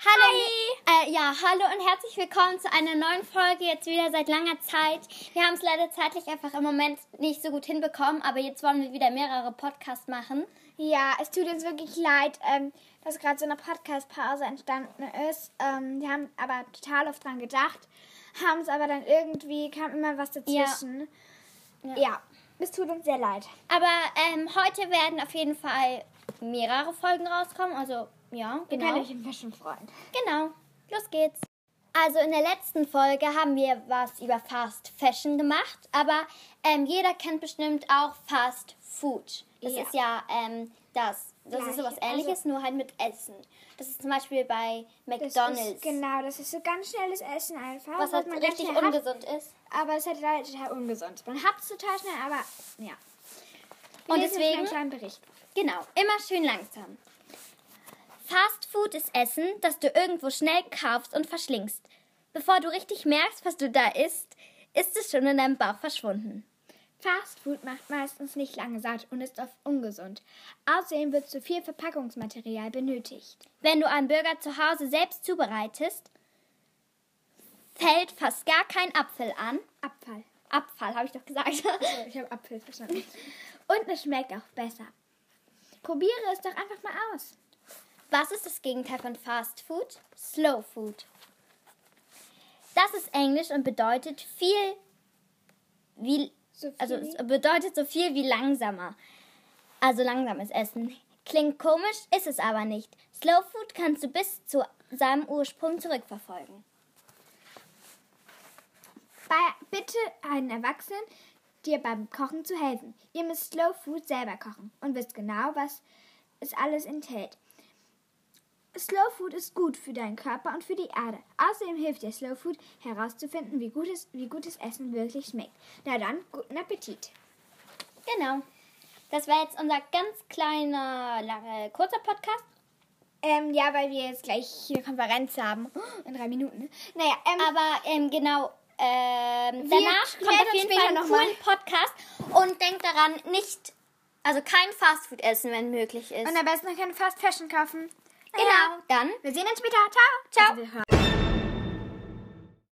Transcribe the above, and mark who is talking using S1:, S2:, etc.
S1: Hallo, äh, ja, hallo und herzlich willkommen zu einer neuen Folge, jetzt wieder seit langer Zeit. Wir haben es leider zeitlich einfach im Moment nicht so gut hinbekommen, aber jetzt wollen wir wieder mehrere Podcasts machen.
S2: Ja, es tut uns wirklich leid, ähm, dass gerade so eine Podcast-Pause entstanden ist. Ähm, wir haben aber total oft dran gedacht, haben es aber dann irgendwie, kam immer was dazwischen. Ja. es tut uns sehr leid.
S1: Aber ähm, heute werden auf jeden Fall mehrere Folgen rauskommen, also ja,
S2: Genau.
S1: genau.
S2: euch im Fischen freuen.
S1: Genau, los geht's. Also in der letzten Folge haben wir was über Fast Fashion gemacht, aber ähm, jeder kennt bestimmt auch Fast Food. Das
S2: Ja.
S1: ist ja ähm, das. Das ist
S2: Gleich,
S1: sowas
S2: also-
S1: ähnliches, nur halt mit Essen. Das ist zum Beispiel bei
S2: Das
S1: McDonalds,
S2: Ist, genau, das ist so ganz schnelles Essen einfach.
S1: was halt
S2: ganz
S1: richtig
S2: schnell hat,
S1: ungesund ist.
S2: Aber es ist halt leider total ungesund. Man hat es total schnell, aber ja. Wir
S1: Und
S2: lesen jetzt mal
S1: deswegen-
S2: einen kleinen Bericht.
S1: Genau, immer schön langsam. Fast Food ist Essen, das du irgendwo schnell kaufst und verschlingst. Bevor du richtig merkst, was du da isst, ist es schon in deinem Bauch verschwunden.
S2: Fast Food macht meistens nicht lange satt und ist oft ungesund. Außerdem wird zu viel Verpackungsmaterial benötigt.
S1: Wenn du einen Burger zu Hause selbst zubereitest, fällt fast gar kein Apfel an.
S2: Abfall.
S1: Abfall, habe ich doch gesagt.
S2: Oh, Ich habe Apfel verstanden. Und es schmeckt auch besser. Probiere es doch einfach mal aus.
S1: Was ist das Gegenteil von Fast Food? Slow Food. Das ist Englisch und bedeutet viel wie
S2: So viel
S1: also
S2: wie?
S1: es bedeutet so viel wie langsamer. Also langsames Essen. Klingt komisch, ist es aber nicht. Slow Food kannst du bis zu seinem Ursprung zurückverfolgen.
S2: Bei, bitte einen Erwachsenen, dir beim Kochen zu helfen. Ihr müsst Slow Food selber kochen und wisst genau, was es alles enthält. Slow Food ist gut für deinen Körper und für die Erde. Außerdem hilft dir Slow Food herauszufinden, wie gutes, wie gutes Essen wirklich schmeckt. Na dann, guten Appetit.
S1: Genau. Das war jetzt unser ganz kleiner, langer, kurzer Podcast.
S2: Ähm, ja, weil wir jetzt gleich hier Konferenz haben. In drei Minuten. Naja, ähm,
S1: Aber ähm, genau, ähm,
S2: Wir
S1: danach kommt
S2: melden
S1: auf
S2: uns
S1: jeden
S2: später
S1: Fall einen
S2: noch mal.
S1: coolen Podcast. Und denkt daran, nicht, also kein Fastfood-Essen, wenn möglich ist.
S2: und am besten noch keine Fast Fashion kaufen.
S1: genau, dann
S2: Wir sehen uns später. Ciao.
S1: Ciao.
S2: Also wir hören.